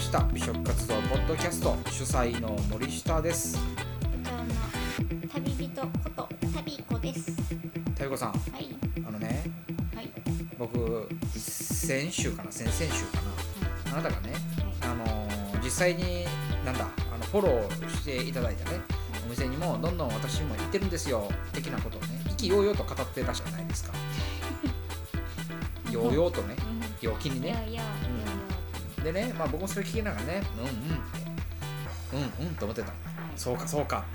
した美食活動ポッドキャスト主催の森下です部長の旅人こと旅子です。たゆこさんはいあのねはい僕先週かな先々週かなあなたがねあのー実際になんだあのフォローしていただいたねお店にもどんどん私も行ってるんですよ的なことをね意気揚々と語ってたじゃないですかはい。揚々とねうん。陽気によねうようよでねまあ僕もそれ聞きながらねうんうんってうんうんと思ってたうようはい。そうかそうかはい。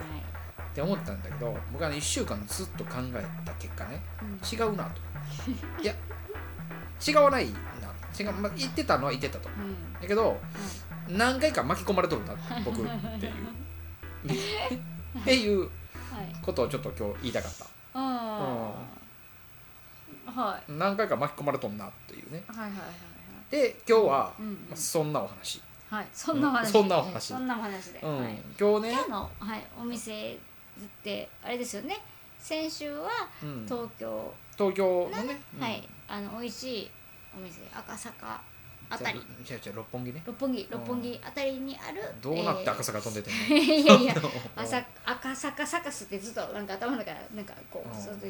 って思ったんだけど僕はね1週間ずっと考えた結果ねうん違うな といや違わないな違う、まあ、言ってたのは言ってたとうんだけど何回か巻き込まれとるな僕っていう っていうはい。ことをちょっと今日言いたかったああ。はい。何回か巻き込まれとんなっていうねはいはいはいはい。で今日は、うんうんまあそんなお話、はい。そんなお話。そんなお話そんなお話で。うんはい。今日ね今日のはいお店ってあれですよね。先週はうん東京東京のね、うんはいあの美味しいお店赤坂あたり違う違う六本木ね六本木六本木あたりにあるどうなって赤坂坂飛んでてんの いやい やうん赤赤坂サカスってずっとなんか頭の中なんかこううんそうで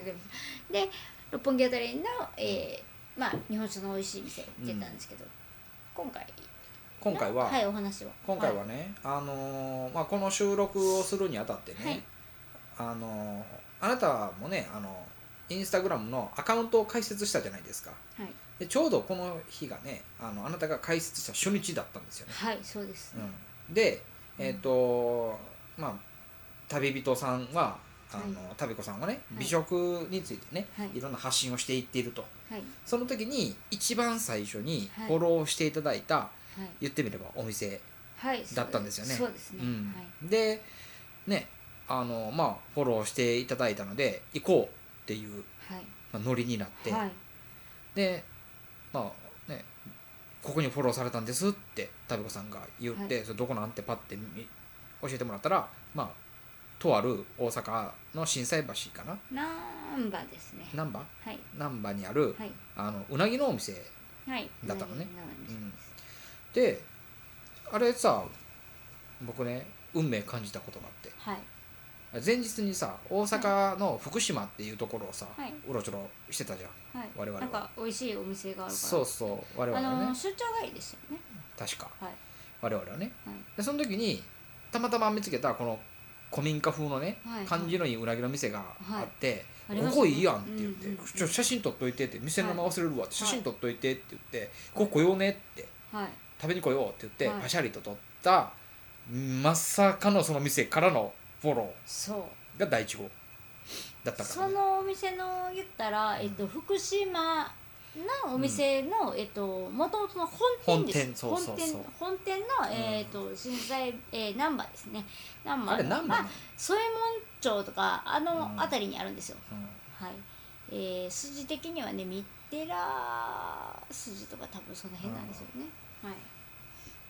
で六本木あたりの、えーまあ日本酒の美味しい店って言ったんですけど、今回今回は、はいお話は今回はね、あのーまあ、この収録をするにあたってね、はいあのーあなたもねあのインスタグラムのアカウントを開設したじゃないですかはいでちょうどこの日がねあのあなたが開設した初日だったんですよね、はい、そうです、うん、でえっ、とまあ旅人さんはあの、旅子さんはね美食についてね、はいいろんな発信をしていっているとはいその時に一番最初にはいフォローしていただいた、はい言ってみればお店はいだったんですよねそうですね、うんはいでねあのまあフォローしていただいたので行こうっていう、はいまあ、ノリになって、はいでまあねここにフォローされたんですってタべコさんが言って、それどこなんてパッてみ教えてもらったらまあとある大阪の心斎橋かななんばですね難波はい難波にある、はいあのうなぎのお店はいだったのねななんですうんであれさ僕ね運命感じたことがあってはい前日にさ大阪の福島っていうところをさ、はいうろちょろしてたじゃんはい我々はなんか美味しいお店があるからそうそう我あ々はのね出張がいいですよね確かはい我々はねはいでその時にたまたま見つけたこの古民家風のね、はい感じのいいうなぎの店があって、はいありますねここいいやんって言って、うんうんうんちょ写真撮っといてって店の名前忘れるわって、写真撮っといてって言って、ここ来ようねってはい食べに来ようって言って、はいパシャリと撮ったまさかのその店からのフォロそうーが第一号だったから、そね、のお店の言ったら、えっと、福島のお店の、えっと、もともとの本店です本店そうそうそう本店本店の、えっと震災、えー、難波ですね難波あれ何番なまのあ、添右衛門町とかあのうん辺りにあるんですよ、うんはいえー、筋的にはね三寺筋とか多分その辺なんですよね、はい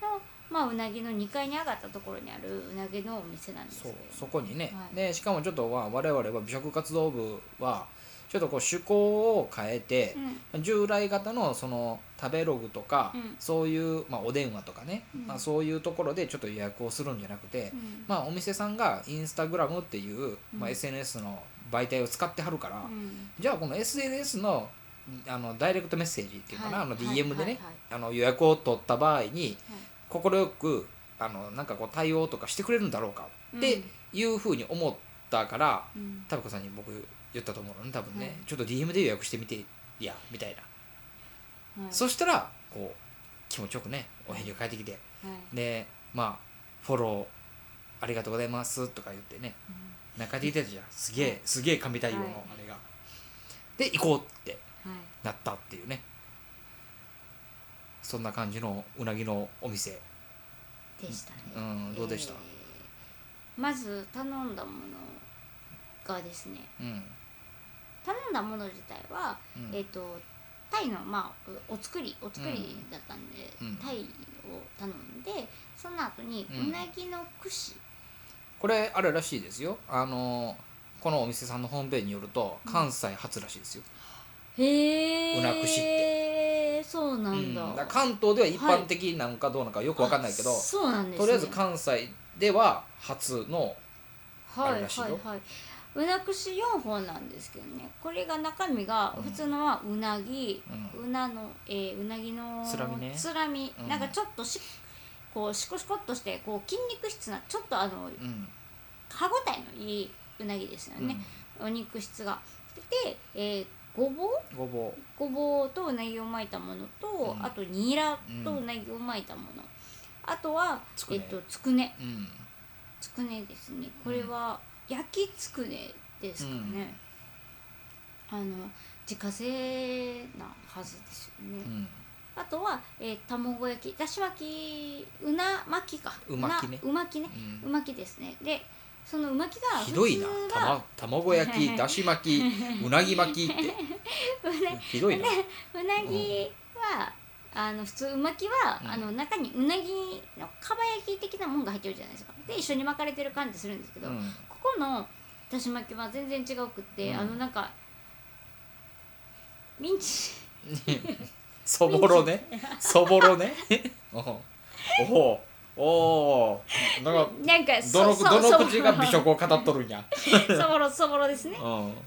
のまあうなぎの2階に上がったところにあるうなぎのお店なんですそけうどそこにね、はいでしかもちょっとは我々は美食活動部はちょっとこう趣向を変えてう、ん従来型のその食べログとか、うんそういう、まあ、お電話とかね、うんまあ、そういうところでちょっと予約をするんじゃなくて、うんまあ、お店さんがインスタグラムっていう、まうあ、ん SNS の媒体を使ってはるから、うんじゃあこの SNS のあのダイレクトメッセージっていうかな、はいあの DM でね、はいはいはいあの予約を取った場合に快くあのなんかこう対応とかしてくれるんだろうかっていうふうに思ったから、うんうんタブコさんに僕言ったと思うのね多分ね、はいちょっと DM で予約してみてやみたいな、はいそしたらこう気持ちよくねお返事が返ってきてはいでまあフォローありがとうございますとか言ってねうなんか返ってきたじゃんすげえ、すげえ神対応のはいあれが、で行こうってんはいなったっていうねそんな感じのうなぎのお店でしたねうんどうでした、えーまず頼んだものがですねうん頼んだもの自体はうんえっ、とタイのまあおお作りお作りだったんで、うんタイを頼んでその後にうんうなぎの串、これあれらしいですよあのこのお店さんのホームページによると関西初らしいですよ、へえうな串ってそうなんだ,、うんから関東では一般的なんかどうなのかよくわかんないけど、あそうなんです、ね、とりあえず関西では初のはいあはれいらしいよはいうな串4本なんですけどねこれが中身がうん普通のはうなぎ、ううなの、えーうなぎのつらみねつらみうんなんかちょっとしこうシコシコっとしてこう筋肉質なちょっとあのうん歯ごたえのいいうなぎですよね、お肉質が。で、えーごぼううん、ごぼうごぼうとうなぎを巻いたものと、うんあとニラとうなぎを巻いたもの、あとはつくねえっと、つくねうんつくねですねこれは焼きつくねですかね、あの自家製なはずですよね、うんあとは、えー卵焼きだし巻きうな巻きかう巻きねうなう巻きねうんう巻きですねでそのう巻きがひどいな普通た、はま、卵焼きだし巻き うなぎ巻きってひどいな、うなぎは、あの普通う巻きは、うんあの中にうなぎのかば焼き的なもんが入ってるじゃないですかで一緒に巻かれてる感じするんですけうど、ん、ここのだし巻きは全然違うくって、うんあのなんかミ ンチそぼろ ねそぼろねおおおおなんかなんかどのそそどの口がそぼろ美食を語っとるん や、そぼろそぼろですね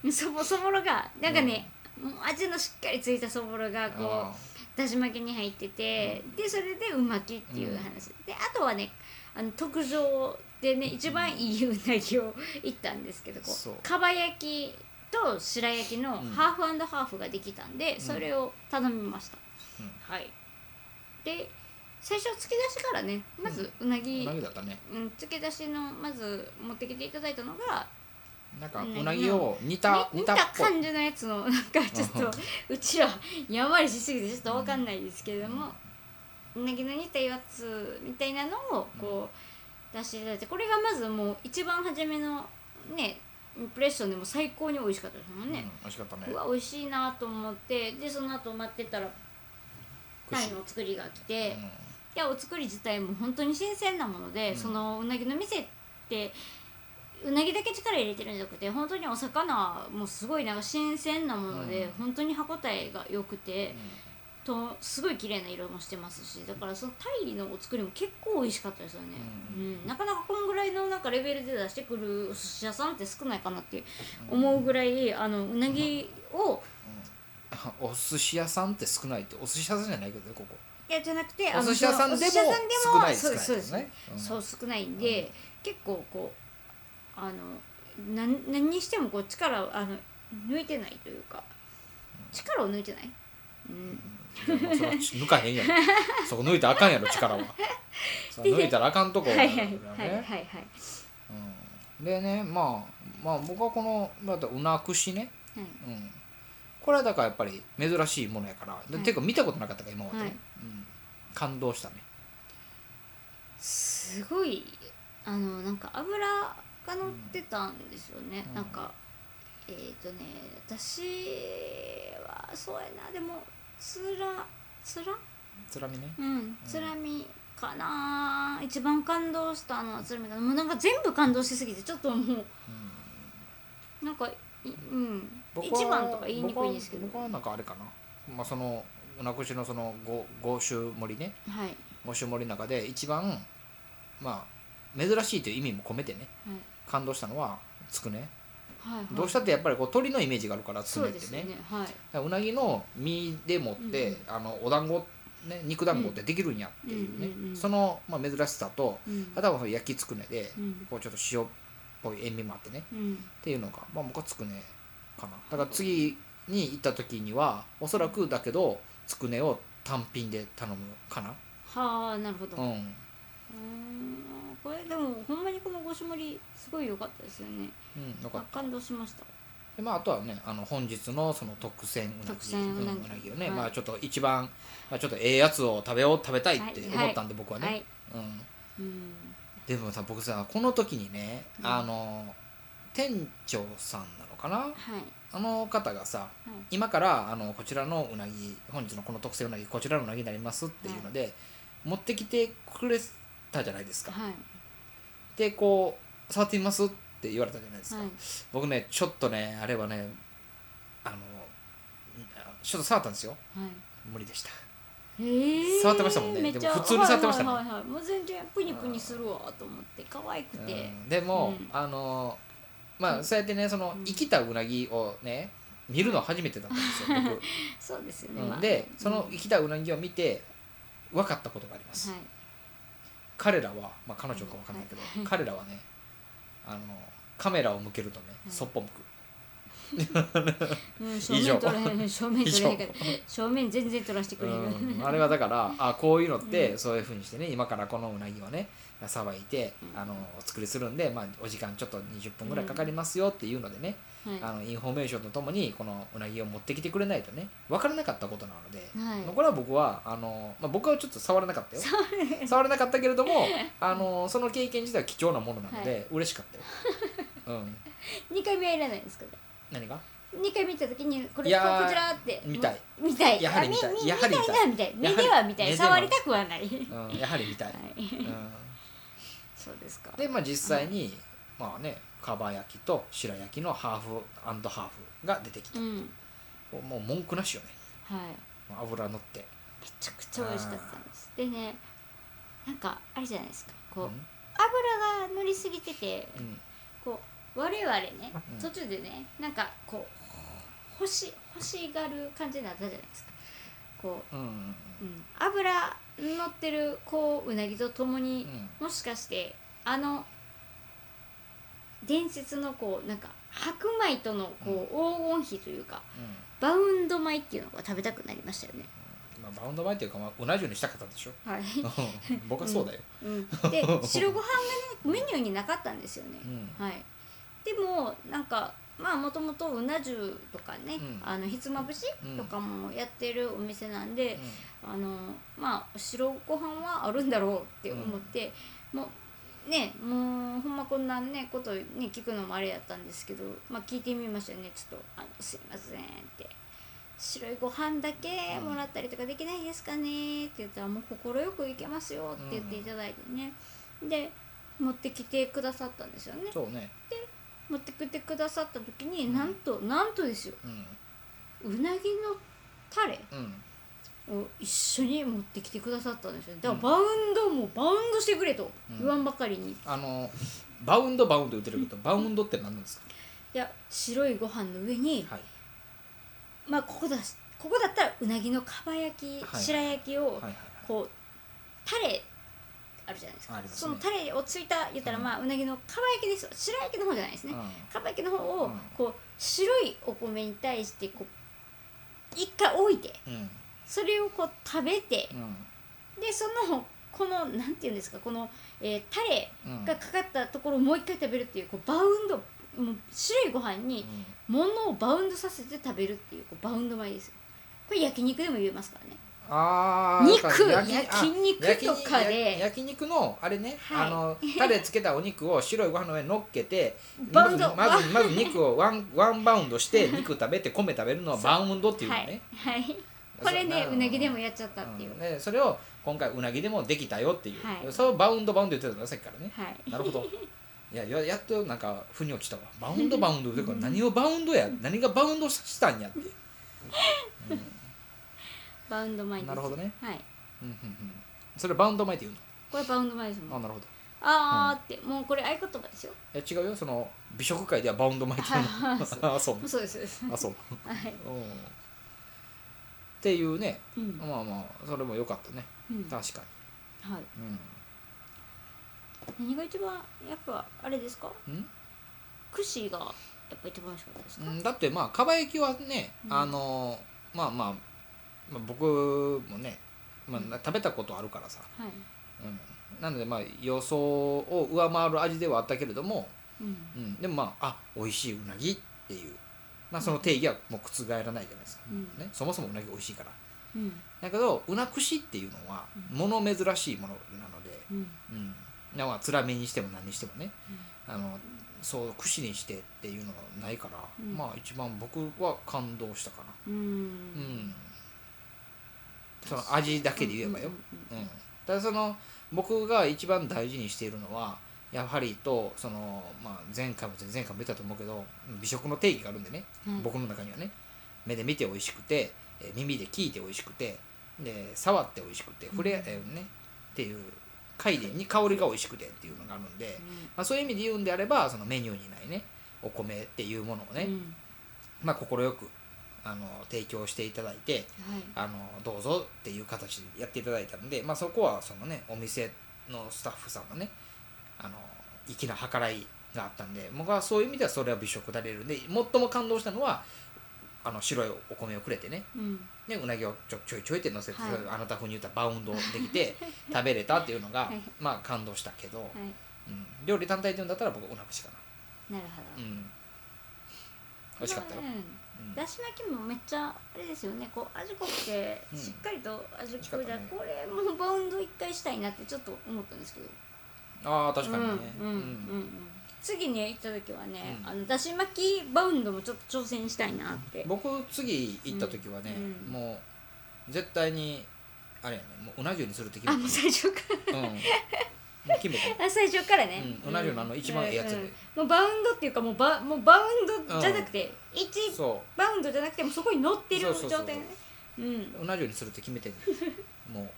うん、そぼそぼろがなんかね、味のしっかりついたそぼろがこう、あだし巻きに入ってて、でそれでう巻きっていう話、であとはねあの特上でね一番いいうなぎをいったんですけどこそううかば焼きと白焼きのうんハーフハーフができたんで、それを頼みました、うんはいで最初突き出しからねまずうなぎ、ううなんぎだったね突き出しのまず持ってきていただいたのがなんかうんうなぎを煮たね煮見たたっぽい感じのやつのなんかちょっとうちらやんわりしすぎてちょっと分かんないですけれども、うなぎの煮たやつみたいなのをこう出していただいてこれがまずもう一番初めのねインプレッションでも最高に美味しかったですもんうんね、美味しかったねうわ美味しいなと思ってでその後待ってたらタイのお作りが来て、いやお作り自体も本当に新鮮なもので、うんそのうなぎの店ってうなぎだけ力入れてるんじゃなくて本当にお魚もすごいなんか新鮮なもので、うん本当に歯応えが良くて。うとすごい綺麗な色もしてますしだからそのタイのお作りも結構美味しかったですよね、ううんんなかなかこんぐらいのなんかレベルで出してくるお寿司屋さんって少ないかなって思うぐらいあのうなぎを、 んうんお寿司屋さんって少ないってお寿司屋さんじゃないけどねここいやじゃなくてあおの寿司屋さんでもお寿司屋さんでも少ないそうです少そなういでですす、ねうんそう少ないんで、結構こうあのなん何にしてもこう力をあの抜いてないというか力を抜いてない、うん、うんでもそれは抜かへんやろそこ抜いたらあかんやろ 力はそれは抜いたらあかんとこはいだはいよはいはいねはいはいうんでねまあまあ僕はこのまたうな串ねはいうんこれはだからやっぱり珍しいものやからではいていうか見たことなかったから今までねはいうん感動したねすごいあのなんか油が乗ってたんですよね、うんなんかえっ、とね私はそうやなでもつらつらつらみねうんつらみかな、一番感動したのはつらみかなもうなんか全部感動しすぎてちょっともうんうなんかいうん僕は一番とか言いにくいんですけど僕は僕はなんかあれかな、まあ、そのうなくしのそのご豪州盛りねはい、はい、豪州盛りの中で一番まあ珍しいという意味も込めてね感動したのはつくねはいはいどうしたってやっぱりこう鳥のイメージがあるからつくそねっうてですよねねはだいからうなぎの身でもって、うんあのお団子ね肉団子ってできるんやっていうね、うんうんうんその、まあ、珍しさとうんあとはその焼きつくねで、うんこうちょっと塩っぽい塩味もあってねうんっていうのが、まあ、僕はつくねかなだから次に行った時にはおそらくだけどつくねを単品で頼むかなはあなるほど、うん、うーんこれでもほんまにこのごしもりすごい良かったですよねうん、よかっあた感動しましたで、まあ、あとはねあの本日のその特選うな特ぎ選んうなぎをね、はいまあちょっと一番、まあ、ちょっとええやつを食べよう食べたいって思ったんで、僕はね、はいうん、うんでもさ僕さこの時にね、うんあの店長さんなのかなはいあの方がさ今からあのこちらのうなぎ本日のこの特製うなぎこちらのうなぎになりますっていうので、持ってきてくれたじゃないですか、はいでこう触ってみますって言われたじゃないですか、はい僕ねちょっとねあれはねあのちょっと触ったんですよはい無理でしたえー触ってましたもんねめっちゃでも普通に触ってましたねはいはいはいはいもう全然プニプニするわと思って可愛くて、うんでも、うんあのまうあんそうやってねそのうん生きたウナギをね見るの初めてだったんですよ そうですよね、僕、うまあん、ねでその生きたウナギを見て分かったことがあります、はい彼らは、まあ、彼女か分かんないけど、彼らはねあのカメラを向けるとね、はいそっぽ向くうん、正 以上面取らへん正面以取上らへんから正面全然取らせてくうれへん、ん、あれはだ からあこういうのっうてそういうふうにしてね今からこのうなぎをねさばいてうんあのお作りするんで、まあ、お時間ちょっと20分ぐらいかかりますよっていうのでね、はいあのインフォメーションとともにこのうなぎを持ってきてくれないとね分からなかったことなので、はいこれは僕はあの、まあ、僕はちょっと触らなかったよ触れなかったけれど もあのその経験自体は貴重なものなので、は嬉しかった よ、うん、二回目はいらないんですか何が二回見た時にこれいやーこちらって見たい見たいやはり見たいあみみやはり見見たたいいなみたいやはり目では見た目いでは触りたくはない、 はうん、やはり見たい、うい、ん、そうですかでまあ実際に、まあねかば焼きと白焼きのハーフハーフが出てきうた、んもう文句なしよねはいもう油乗って、めちゃくちゃ美味しかったんですでねなんかあれじゃないですかうこんう、うん油が乗りすぎててこう我々ねうん途中でねなんかこう欲し欲しがる感じになったじゃないですかこうんうんう、うん、油乗ってるこううなぎとともうに、んもしかしてあの伝説のこうなんか白米とのこう黄金比というか、うんバウンド米っていうのが食べたくなりましたよね。まあ、バウンド前というか、まあ、うな重にしたかったんでしょはい、僕はそうだよ、うん、で白ご飯がねメニューになかったんですよねう。んはい、でもなんかまあもともとうな重とかね、うんあのひつまぶしうんとかもやってるお店なんで、あのまあ白ご飯はあるんだろうって思って、もうねもうほんまこんなねことね聞くのもあれやったんですけど、まあ、聞いてみましたよねちょっと「あのすいません」って。白いご飯だけもらったりとかできないですかねって言ったら「もう快くいけますよ」って言っていただいてね、で持ってきてくださったんですよねそうね、持ってきてくださった時に、うんなんとなんとですようんうなぎのタレうん、を一緒に持ってきてくださったんですよだかうんらバウンドもバウンドしてくれとうん言わんばかりに、いあのバウンドバウンド言ってるけどバウンドって何なんですか、や白いご飯の上に、はいまあここだしここだったらうなぎのかば焼き、はい白焼きをはいはいこうタレあるじゃないですかありますねそのタレをついた言ったら、うんまあうなぎのかば焼きです白焼きの方じゃないですね、はい、かば焼きの方を、うんこう白いお米に対してこう一回置いてうんうんそれをこう食べてうんでそのこのなんていうんですかこの、えータレうんがかかったところをもう一回食べるっていうこうバウンドもう白いご飯に物をバウンドさせて食べるっていうこうバウンド米ですよこれ焼肉でも言えますからねあー肉だから焼肉あ焼とかで焼焼肉のあれね、はいあのタレつけたお肉を白いご飯の上に乗っけてバウンドまずまずまず肉をワンワンバウンドして肉食べて米食べるのはバウンドっていうのはね、い、はい、これねそううなぎでもやっちゃったっていう、うんね、それを今回うなぎでもできたよっていう、はいそれをバウンドバウンド言ってたんださっきから ねはいなるほどいやややっとなんか腑に落ちたわバウンドバウンドってこれ何をバウンドや何がバウンドしたんやって、うんバウンド米ですなるほどねはいうんうんうん、それバウンド前って言うこれバウンド米ですものあんなるほどあーって、もうこれ合言葉ですよえ違うよその美食界ではバウンド前って言はうの あそうそうですそうですあそう はい、 うんっていうねうんまあまあそれも良かったねうんは確かい、にうん何が一番やっぱあれですかうんクシーがやっぱ一番美味しかったですか、うんだってまあかば焼きはね、うんあのまあまあ、まあ僕もね、まあうん、食べたことあるからさ、はい、うん、なのでまあ予想を上回る味ではあったけれども、うん、うん、でもまああ美味しいうなぎっていう、まあ、その定義はもう覆らないじゃないですか、うんね、そもそもうなぎ美味しいからうんだけどうな串っていうのはうん物珍しいものなので、うんうん、なまあつらめにしても何にしてもねあのそう串にしてっていうのはないから、うんまあ一番僕は感動したかなうん、うん、その味だけで言えばよ、うんただその僕が一番大事にしているのはやはりとその、まあ、前回も前々回も出たと思うけど美食の定義があるんでね、うん、はい僕の中にはね目で見て美味しくてえー耳で聞いて美味しくてで触って美味しくて触れ合えね、っていう回でに香りが美味しくてっていうのがあるんで、まあ、そういう意味で言うんであればそのメニューにないねお米っていうものをうね、んまあ、快くあの提供していただいてはいあのどうぞっていう形でやっていただいたので、まあ、そこはそのねお店のスタッフさんもねあの粋な計らいがあったんで僕はそういう意味ではそれは美食だれるんで最も感動したのはあの白いお米をくれてねうんでうなぎをちょちょいちょいって乗せて、はいあなた風に言ったらバウンドでき て食べれたっていうのが、はいまあ感動したけど、はいうん、料理単体で言うんだったら僕うな串かな、なるうほどん、美味しかったよ、うんうんだし巻きもめっちゃあれですよねこう味濃くてうんしっかりと味美濃いだ、味しかったねこれもうバウンド一回したいなってちょっと思ったんですけどああ確かにね、うんうんうんうん次に行った時はね、うんあのだし巻きバウンドもちょっと挑戦したいなって僕次行った時はね、うんもう絶対にあれやねもううな重にするって決あめもう最初かた、うん、もう決め たらあ最初からね、うんうな重のあの一番ええやつでうんうんもうバウンドっていうかもうバもうバウンドじゃなくて、一そバウンドじゃなくてもうそこに乗ってるそう状そうそう態ねうんううな重にするって決めてん のも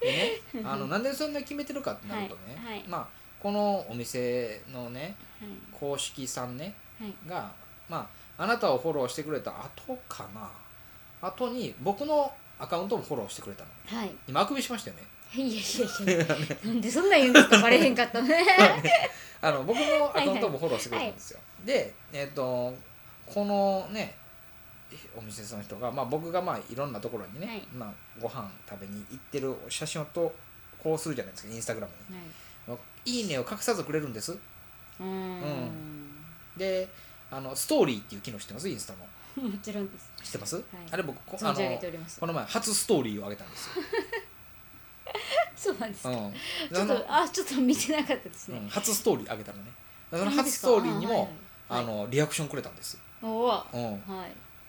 うでねあのなんでそんな決めてるかってなるとね、はいはいまあこのお店のねは公式さんねいはいがまああなたをフォローしてくれた後かな後に僕のアカウントもフォローしてくれたのはい 今あくびしましたよねいやいやいやいやなんでそんなん言うんですかバレへん かったねあの僕のアカウントもフォローしてくれたんですよ。で、えっとこのねお店の人が、まあ、僕がまあいろんなところにね、はいまあ、ご飯食べに行ってる写真をとこうするじゃないですかインスタグラムに。いいねを隠さずくれるんです。うーんであのストーリーっていう機能知ってますインスタの。もちろんです知ってます、あれ僕こあ存のじ上げておりますこの前初ストーリーを上げたんです よ。そうなんですうかんちょそっのとあちょっと見てなかったですうんね初ストーリー上げたのね。そのいいん初ですスかトーリーにもあはいはいあのリアクションくれたんです。おおはうんい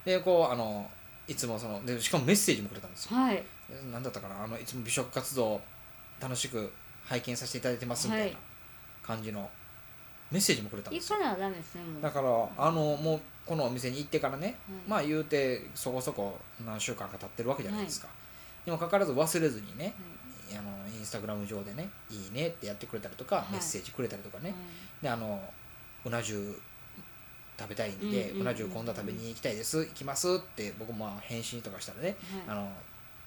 でこうあのいつもそのでしかもメッセージもくれたんですよはい何だったかなあのいつも美食活動楽しく拝見させていただいてますみはいたいな感じのメッセージもくれたんで行すよかなダメですねもうだからあのもうこのお店に行ってからね、まああ言うてそこそこ何週間か経ってるわけじゃないですか、にもかかわらず忘れずにねあのインスタグラム上でね「いいね」ってやってくれたりとか、はいメッセージくれたりとかね、であのうな重食べたいんうんで、ううんうんな重今度は食べに行きたいです行きますって僕もまあ返信とかしたらね、あの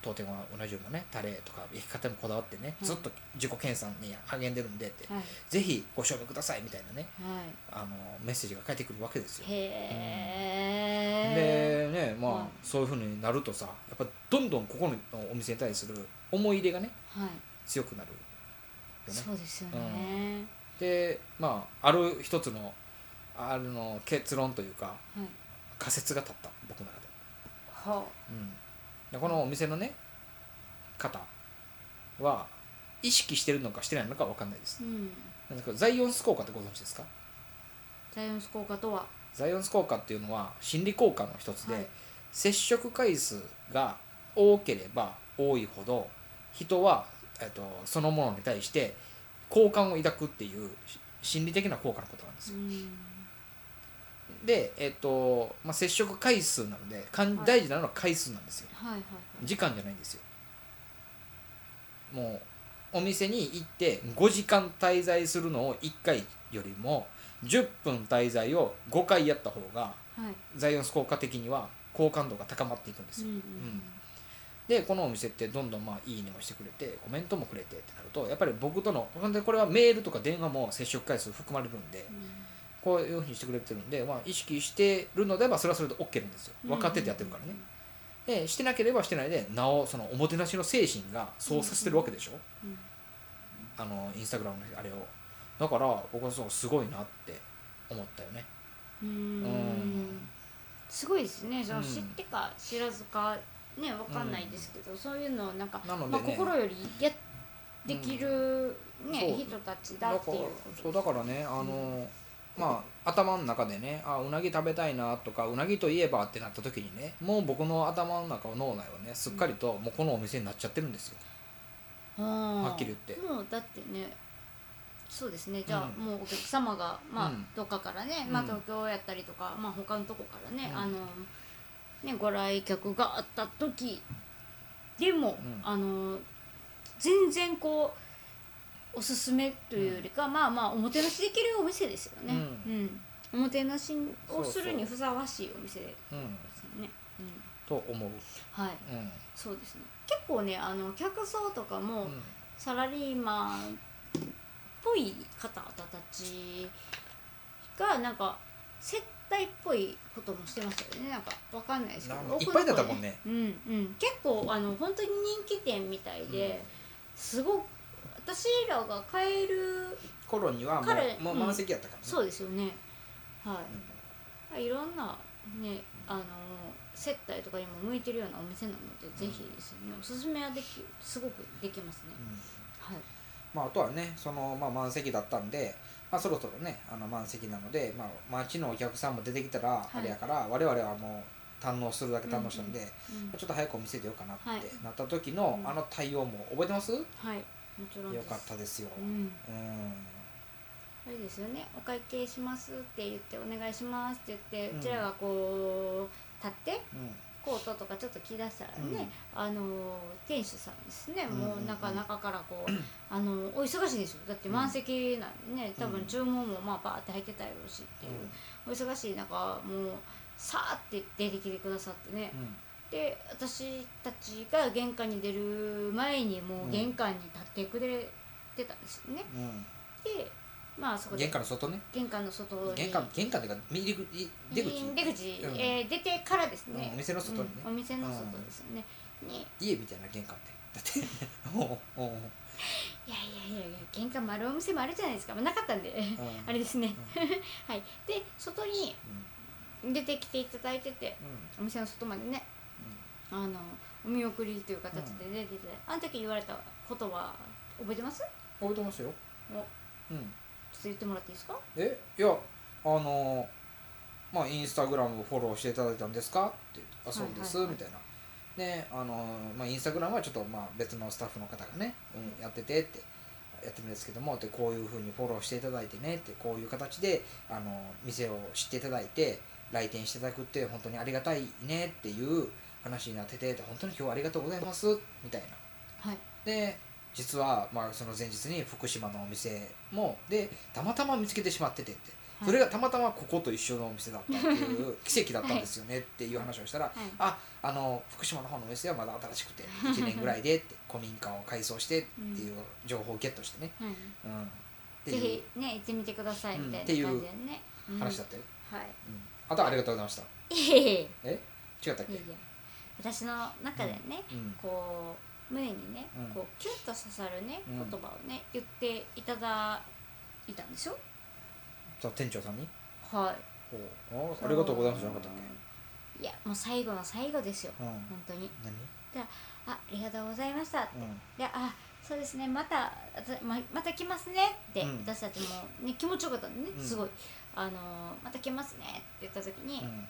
当店はうな重もねタレとか焼き方にもこだわってね、うんずっと自己研鑽に励んでるんでって、はいぜひご賞味くださいみたいなねはあのメッセージが返ってくるわけですよいへえでねまあ、はいそういうふうになるとさやっぱどんどんここのお店に対する思い入れがねはい強くなるよねそうですよねでまあある一つのあの結論というかはい仮説が立った僕の中で,、はうん、でこのお店のね方は意識してるのかしてないのかわかんないですうなんんですけどザイオンス効果ってご存知ですかザイオンス効果とはザイオンス効果っていうのは心理効果の一つで、はい接触回数が多ければ多いほど人は、えっと、そのものに対して好感を抱くっていうし心理的な効果のことなんですうよ。んで、えっとまあ、接触回数なのでかんはい大事なのは回数なんですよ。はいはいはい時間じゃないんですよ。もうお店に行って5時間滞在するのを1回よりも10分滞在を5回やった方がはいザイオンス効果的には好感度が高まっていくんですうよ、んうんでこのお店ってどんどんまあいいねもしてくれてコメントもくれてってなるとやっぱり僕とのほんでこれはメールとか電話も接触回数含まれるんでうんこういうふうにしてくれてるんで、まあ、意識してるのであればそれはそれで OK なんですよ分かっててやってるからね、でしてなければしてないでなおそのおもてなしの精神がそうさせてるわけでしょ、うんうんうんあのインスタグラムのあれをだから僕はそうすごいなって思ったよねうーんすごいですねそのうん知ってか知らずかねわかんないですけど、そういうのをなんかなのでねまあ、心よりやできる、ねそう人たちだっていうことだからそうだからねあの、まあ頭の中でねあうなぎ食べたいなとかうなぎといえばってなった時にねもう僕の頭の中脳内はねすっかりともうこのお店になっちゃってるんですよ、ははっきり言ってもうだってねそうですねじゃあ、うんもうお客様が、まあうんどっかからね、まあ、うん東京やったりとか、まあ、他のとこからね、うんあのねご来客があった時でも、んあの全然こうおすすめというよりか、まあまあおもてなしできるお店ですよね、ううんおもてなしをするにそふさわしいお店でうん、すよね、うん、と思う、はいうんそうですね結構ねあの客層とかも、うんサラリーマンっぽい方々たちがなんか接待っぽいこともしてましたよねなんかわかんないですけなんどか奥いのっぱ方いだったもんねうんうん結構あの本当に人気店みたいで、うんすごく私らが買える頃にはも彼うもううん満席やったからね、そうですよねはい、うんいろんなねあの接待とかにも向いてるようなお店なので、ぜひですねおすすめはできすごくできますね、うんはいまあ、あとはねその、まあ、満席だったんで、まあ、そろそろねあの満席なので、まあ、街のお客さんも出てきたらいあれやから、我々はもう堪能するだけ堪能したんで、うんちょっと早くお店出ようかなはっいてなった時の、うんあの対応も覚えてます、はい、もちろんでよす。かったですよ、ううんん、うあれですよね。お会計しますって言ってお願いしますって言って、うんうちらがこう立ってんコートとかちょっと着出したらね、あの店主さんですね。うんもうんう中中から こう、あのお忙しいですよ。だって満席なんでね、うん多分注文もまあバーって入ってたやろうしっていう、お忙しい中もう。さーって出てきてくださってね、うんで私たちが玄関に出る前にもう玄関に立ってくれてたんですよね、うんでまあそこで玄関の外ね玄関の外に玄関玄関っていうか入り口い出口、出口、うんえー出てからですうんね、お店の外にね、うんお店の外ですよね、に家みたいな玄関 ってだってもうもいやいやいやいや玄関丸お店もあるじゃないですか、まあ、なかったんでううん あれですねはいで外に出てきていただいててうんうんお店の外までねあのお見送りという形で出てて、あの時言われたことは覚えてますうん覚えてますよおちょっうとん言ってもらっていいですかえいやあのまあインスタグラムをフォローしていただいたんですか?」って言ってあそうです」はいはいみはいたいな。ねあのまあ、インスタグラムはちょっとまあ別のスタッフの方がね、うん、やっててってやってるんですけどもでこういうふうにフォローしていただいてねってこういう形であの店を知っていただいて来店していただくって本当にありがたいねっていう話になっててで本当に今日はありがとうございますみたいなはいで実は、まあ、その前日に福島のお店もでたまたま見つけてしまっててって、はいそれがたまたまここと一緒のお店だったっていう 奇跡だったんですよねっていう話をしたら、はいああの福島の方のお店はまだ新し くて1年ぐらいでって古民家を改装してっていう情報をゲットしてね、はいうん、ってぜいひね行ってみてくださいみたいなうんって感じいでうね、ううん話だったよ、はいうんあとはありがとうございましたいえいえいえ違ったっけえいえ私の中ではね、うんこう胸にね、うんこうキュッと刺さるねうん言葉をね言っていただいたんでしょそう店長さんにはいほうあありがとうございますじゃなかったっいやもう最後の最後ですよけ、うん、本当に何あありがとうございましたって、うんであそうですねまたあたままた来ますねって、うん私たちも、ね、気持ちよかったんでね、うんすごいあのーまた来ますねって言った時に、うん、何や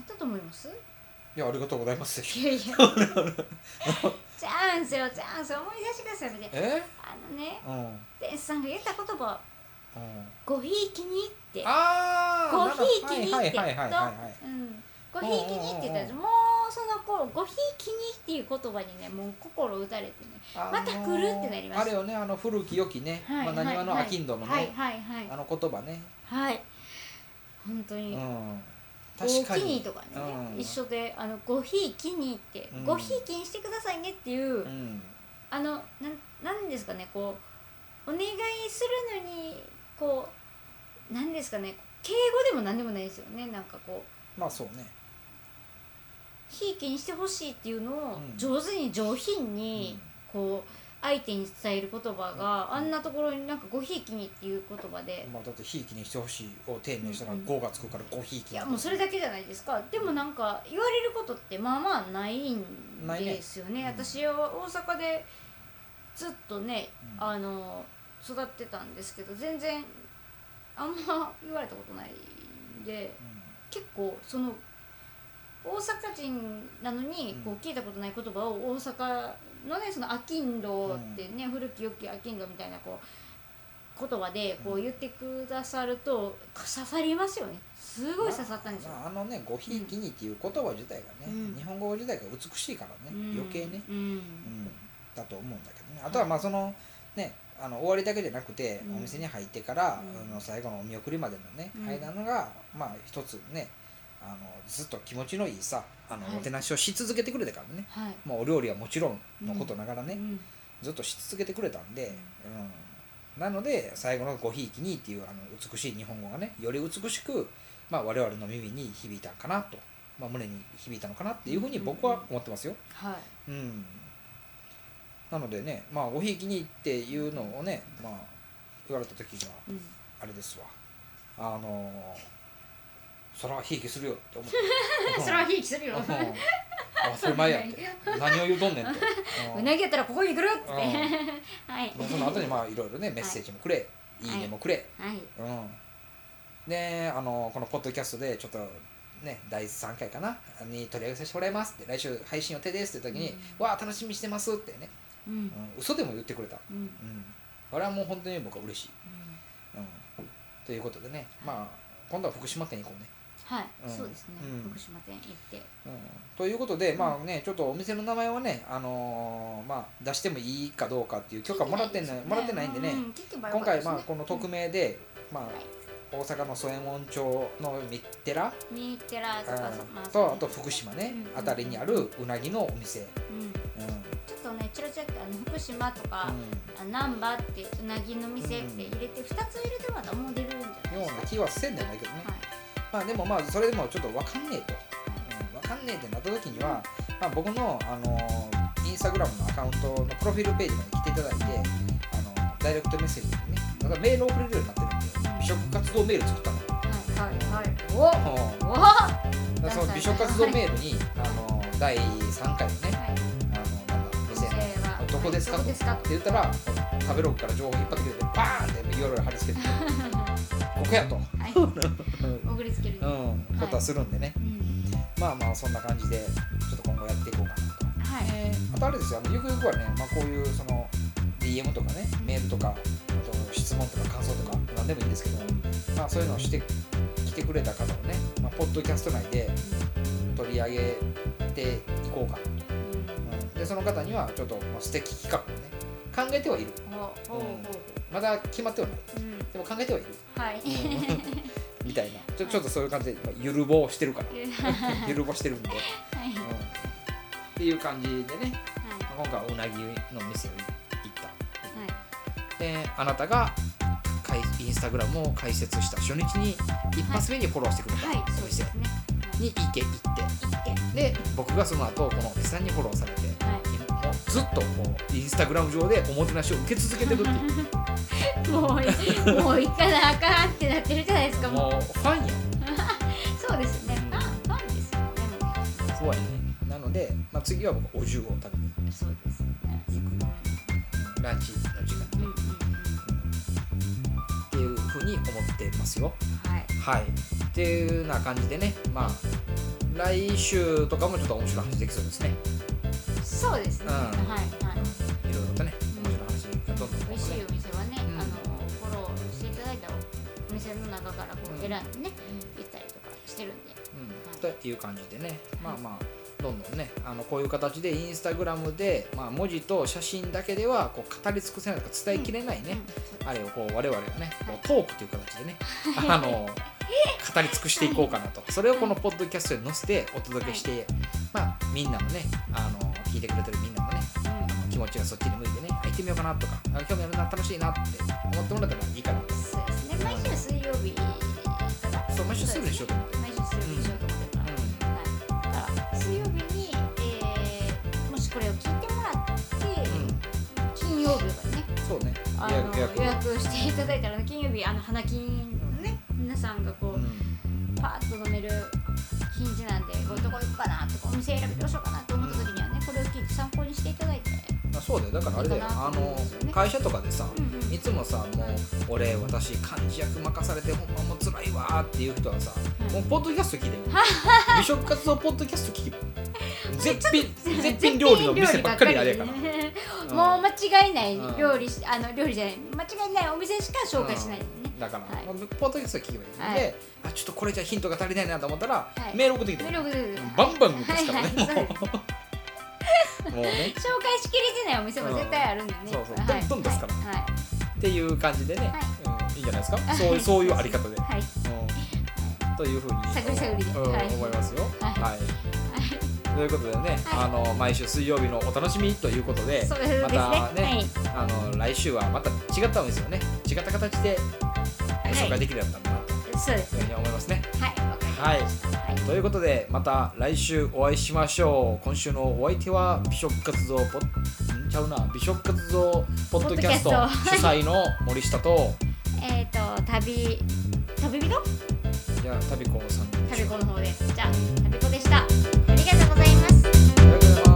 ったと思い ますいやありがとうございますいやいや チャンスよチャンス思い出してくださいみたいなえあのねうん店主さんが言った言葉うん「ごひいきに」ってあごあひいきに」はっいてはい言はっいはたいはいうんごひいきにって言ったらうんもうその頃「ごひいきに」っていう言葉にねもう心打たれてねあのーまた来るってなりましたあれよねあの古き良きね、はいまあ、は何い話のはアいキンドのね、はいはいはいあの言葉ね、はい本当うにん、 「ご確かきに」にとかねうん一緒であの「ごひいきに」ってう「んごひいきにしてくださいね」っていううんあのなんなんですかねこうお願いするのにこうなんですかね敬語でも何でもないですよねなんかこうまあそうね、ひいきにしてほしいっていうのをうん上手に上品うにんこう相手に伝える言葉うんがあんなところになんかごひいきにっていう言葉でまあ、だって「ひいきにしてほしい」を丁寧にしたら「うんご」がつくから「ごひいきい」やもうそれだけじゃないですかでもなんか言われることってまあまあないんないねですよねうん私は大阪でずっとね、うんあの育ってたんですけど全然あんま言われたことないんうでん結構その大阪人なのにうんこう聞いたことない言葉を大阪のねその「あきんどう」ってね、古き良きあきんどうみたいなこう言葉でこう言ってくださると刺さりますよねすごい刺さったんですよ、まあ、あのね「ごひいきに」っていう言葉自体がね、うん日本語自体が美しいからね、うん余計ね、ううんん、だと思うんだけどねあとはまあそのねあの終わりだけじゃなくて、うんお店に入ってから、うんあの最後のお見送りまでのね、うん間のがまあ一つねあのずっと気持ちのいいさあの、はいお手なしをし続けてくれたからね、はい、まあ、お料理はもちろんのことながらね、うんずっとし続けてくれたんで、うん、なので最後の「ごひいきに」っていうあの美しい日本語がねより美しく、まあ、我々の耳に響いたんかなと、まあ、胸に響いたのかなっていうふうに僕は思ってますよ。はいうん、なのでね「まあ、ごひいきに」っていうのをね、まあ、言われた時がうん。あれですわあのー、そらひいきするよって思って それはひいきするうんよあそれ前やって何を言うとんねんと。ううんなぎやったらここに来るっつってうんはいまあその後にまあいろいろねメッセージもくれ、い、いねもくれ、はいうんであのこのポッドキャストでちょっとね第3回かなに取り上げさせてもらいますって来週配信予定ですって時に、うわあ楽しみにしてますってね、うんうん、嘘でも言ってくれた、うんうんうん、あれはもう本当に僕は嬉しい、うん、ということでねまあ今度は福島県行こうね、はいうんそうですねうん福島店行ってうん、ということでまあねちょっとお店の名前をねあのーまあ出してもいいかどうかっていう許可もらってんのもらってないんでね、うう聞けばよか今った回ですねまあこの匿うん名で、まはいあ大阪の宗右衛門町の三寺ミーテラーとかそまあとあと福島ねうんあたりにあるうなぎのお店、うんうんちょっとねチラチラってあの福島とかうあ難波ってうなぎの店って入れて2つ入れてまだもう出るんじゃないん、ような気はせんでもないけどね、はいまあでもまあそれでもちょっとわかんねえと、うん、わかんねえってなった時には、まあ、僕の、あのーインスタグラムのアカウントのプロフィールページまで来ていただいて、あのーダイレクトメッセージでねただメール送れるようになってるんで美食活動メール作ったの。はいはいはいうんおおはだからその美食活動メールに、あの第3回のいね、あのなんだ、店のはどこですかどとこで すかって言ったら、食べログから情報引っ張ってくれて、バーンっていろいろ貼り 付けて、ここやと、はいうん、おぐりつけることはするんでね、うんまあまあ、そんな感じで、ちょっと今後やっていこうかなと。はいあとあれですよ、あのゆくゆくはね、まあ、こういうその DM とかね、メールとか、あと質問とか感想とか、なんでもいいんですけど、まあ、そういうのをしてきてくれた方をね、まあ、ポッドキャスト内で取り上げていこうかなと。でその方にはちょっとまあ素敵企画をね考えてはいるうんおおおまだ決まってはないうんでも考えてはい るはいみたいなちょちょっとそういう感じで、まあ、ゆるぼうしてる からゆるぼうしてるんで、はいうん、っていう感じでねまあ今回はうなぎの店を行った、であなたがかいインスタグラムを開設した初日に一発目にフォローしてくれたはいはいおそうです店ねに行け行ってで僕がその後このお店さんにフォローされてはもうずっとこうインスタグラム上でおもてなしを受け続けてるっていういもういもう行かなあかんってなってるじゃないですかもうもうファンやそうですねファンファンですよねもすごいねなので、まあ、次は僕お重を食べにうそうですね行くランチの時間うんにうんうんっていうふうに思ってますよはいはいっていうな感じでねまあ来週とかもちょっと面白い話できそうですねそうですね、うんはいはいいろいろとね面白い話がどんどん美ね味しいお店はね、うんあのフォローしていただいたお店の中からこう選んでね、行ったりとかしてるんでうん、という感じでねまあまあどんどんねあのこういう形でインスタグラムで、まあ、文字と写真だけではこう語り尽くせないとか伝えきれないね、あれをこう我々はねこうトークという形でねあの語り尽くしていこうかなとそれをこのポッドキャストに載せてお届けして、まあみんなもねあの聞いてくれてるみんなもねうん気持ちがそっちに向いてねあ行ってみようかなとかあ興味あるな楽しいなって思ってもらえたらいいかなとそうですね毎週水曜日からそう毎週すぐにしようと思って毎週水曜日にしようと思ってるから、はいだから水曜日に、えーもしこれを聞いてもらっうん、て、うん金曜日はねそうねあの予約していただいたら、ね、金曜日あの花金のね皆さんがこう、うんパーッと飲める禁止なんでこういうとこ行くかなとかお店選びどうしようかなと思った時にはねこれを聞いて参考にしていただいてまあ、そうだよだからあれだよいいかなあと思うんのですよね会社とかでさ、うんうんいつもさもう俺私漢字役任されてほんまもう辛いわーっていう人はさ、うんもうポッドキャスト聞いて る美食 活動ポッドキャスト聞け絶品絶品料理の店ばっかりあれやから絶品料理ばっかりねうんもう間違いないうん料理しあの料理じゃない間違いないお店しか紹介しないですね、だから、はいまあポッドキャスト聞けばいいので、はいあちょっとこれじゃヒントが足りないなと思ったら、いメール送ってきてメログバンバン動かすからね、はいはいそうもですうもうね紹介しきれてないお店も絶対あるんでね、うんそうそうはいどんどん出すからはいっていう感じでね、いうん、いいんじゃないですかはいそういうそういうあり 方で、はい、はいうんというふうに探り探りでうんはい思いますよ、はいはいということでね、はいあの毎週水曜日のお楽しみということでそうですねまたね、はいあの来週はまた違ったんですよね違った形でい紹介できるようになったらなといそうですうふうに思いますね。はいわかりまはいしたはいということでまた来週お会いしましょう今週のお相手は美食活動ポッんちゃうな美食活動ポッドキャストポッドキャスト主催の森下とえっ、ー、と旅旅人いや旅子さんでしょ旅子の方でじゃあ旅子でしたありがとうございますありがとうございます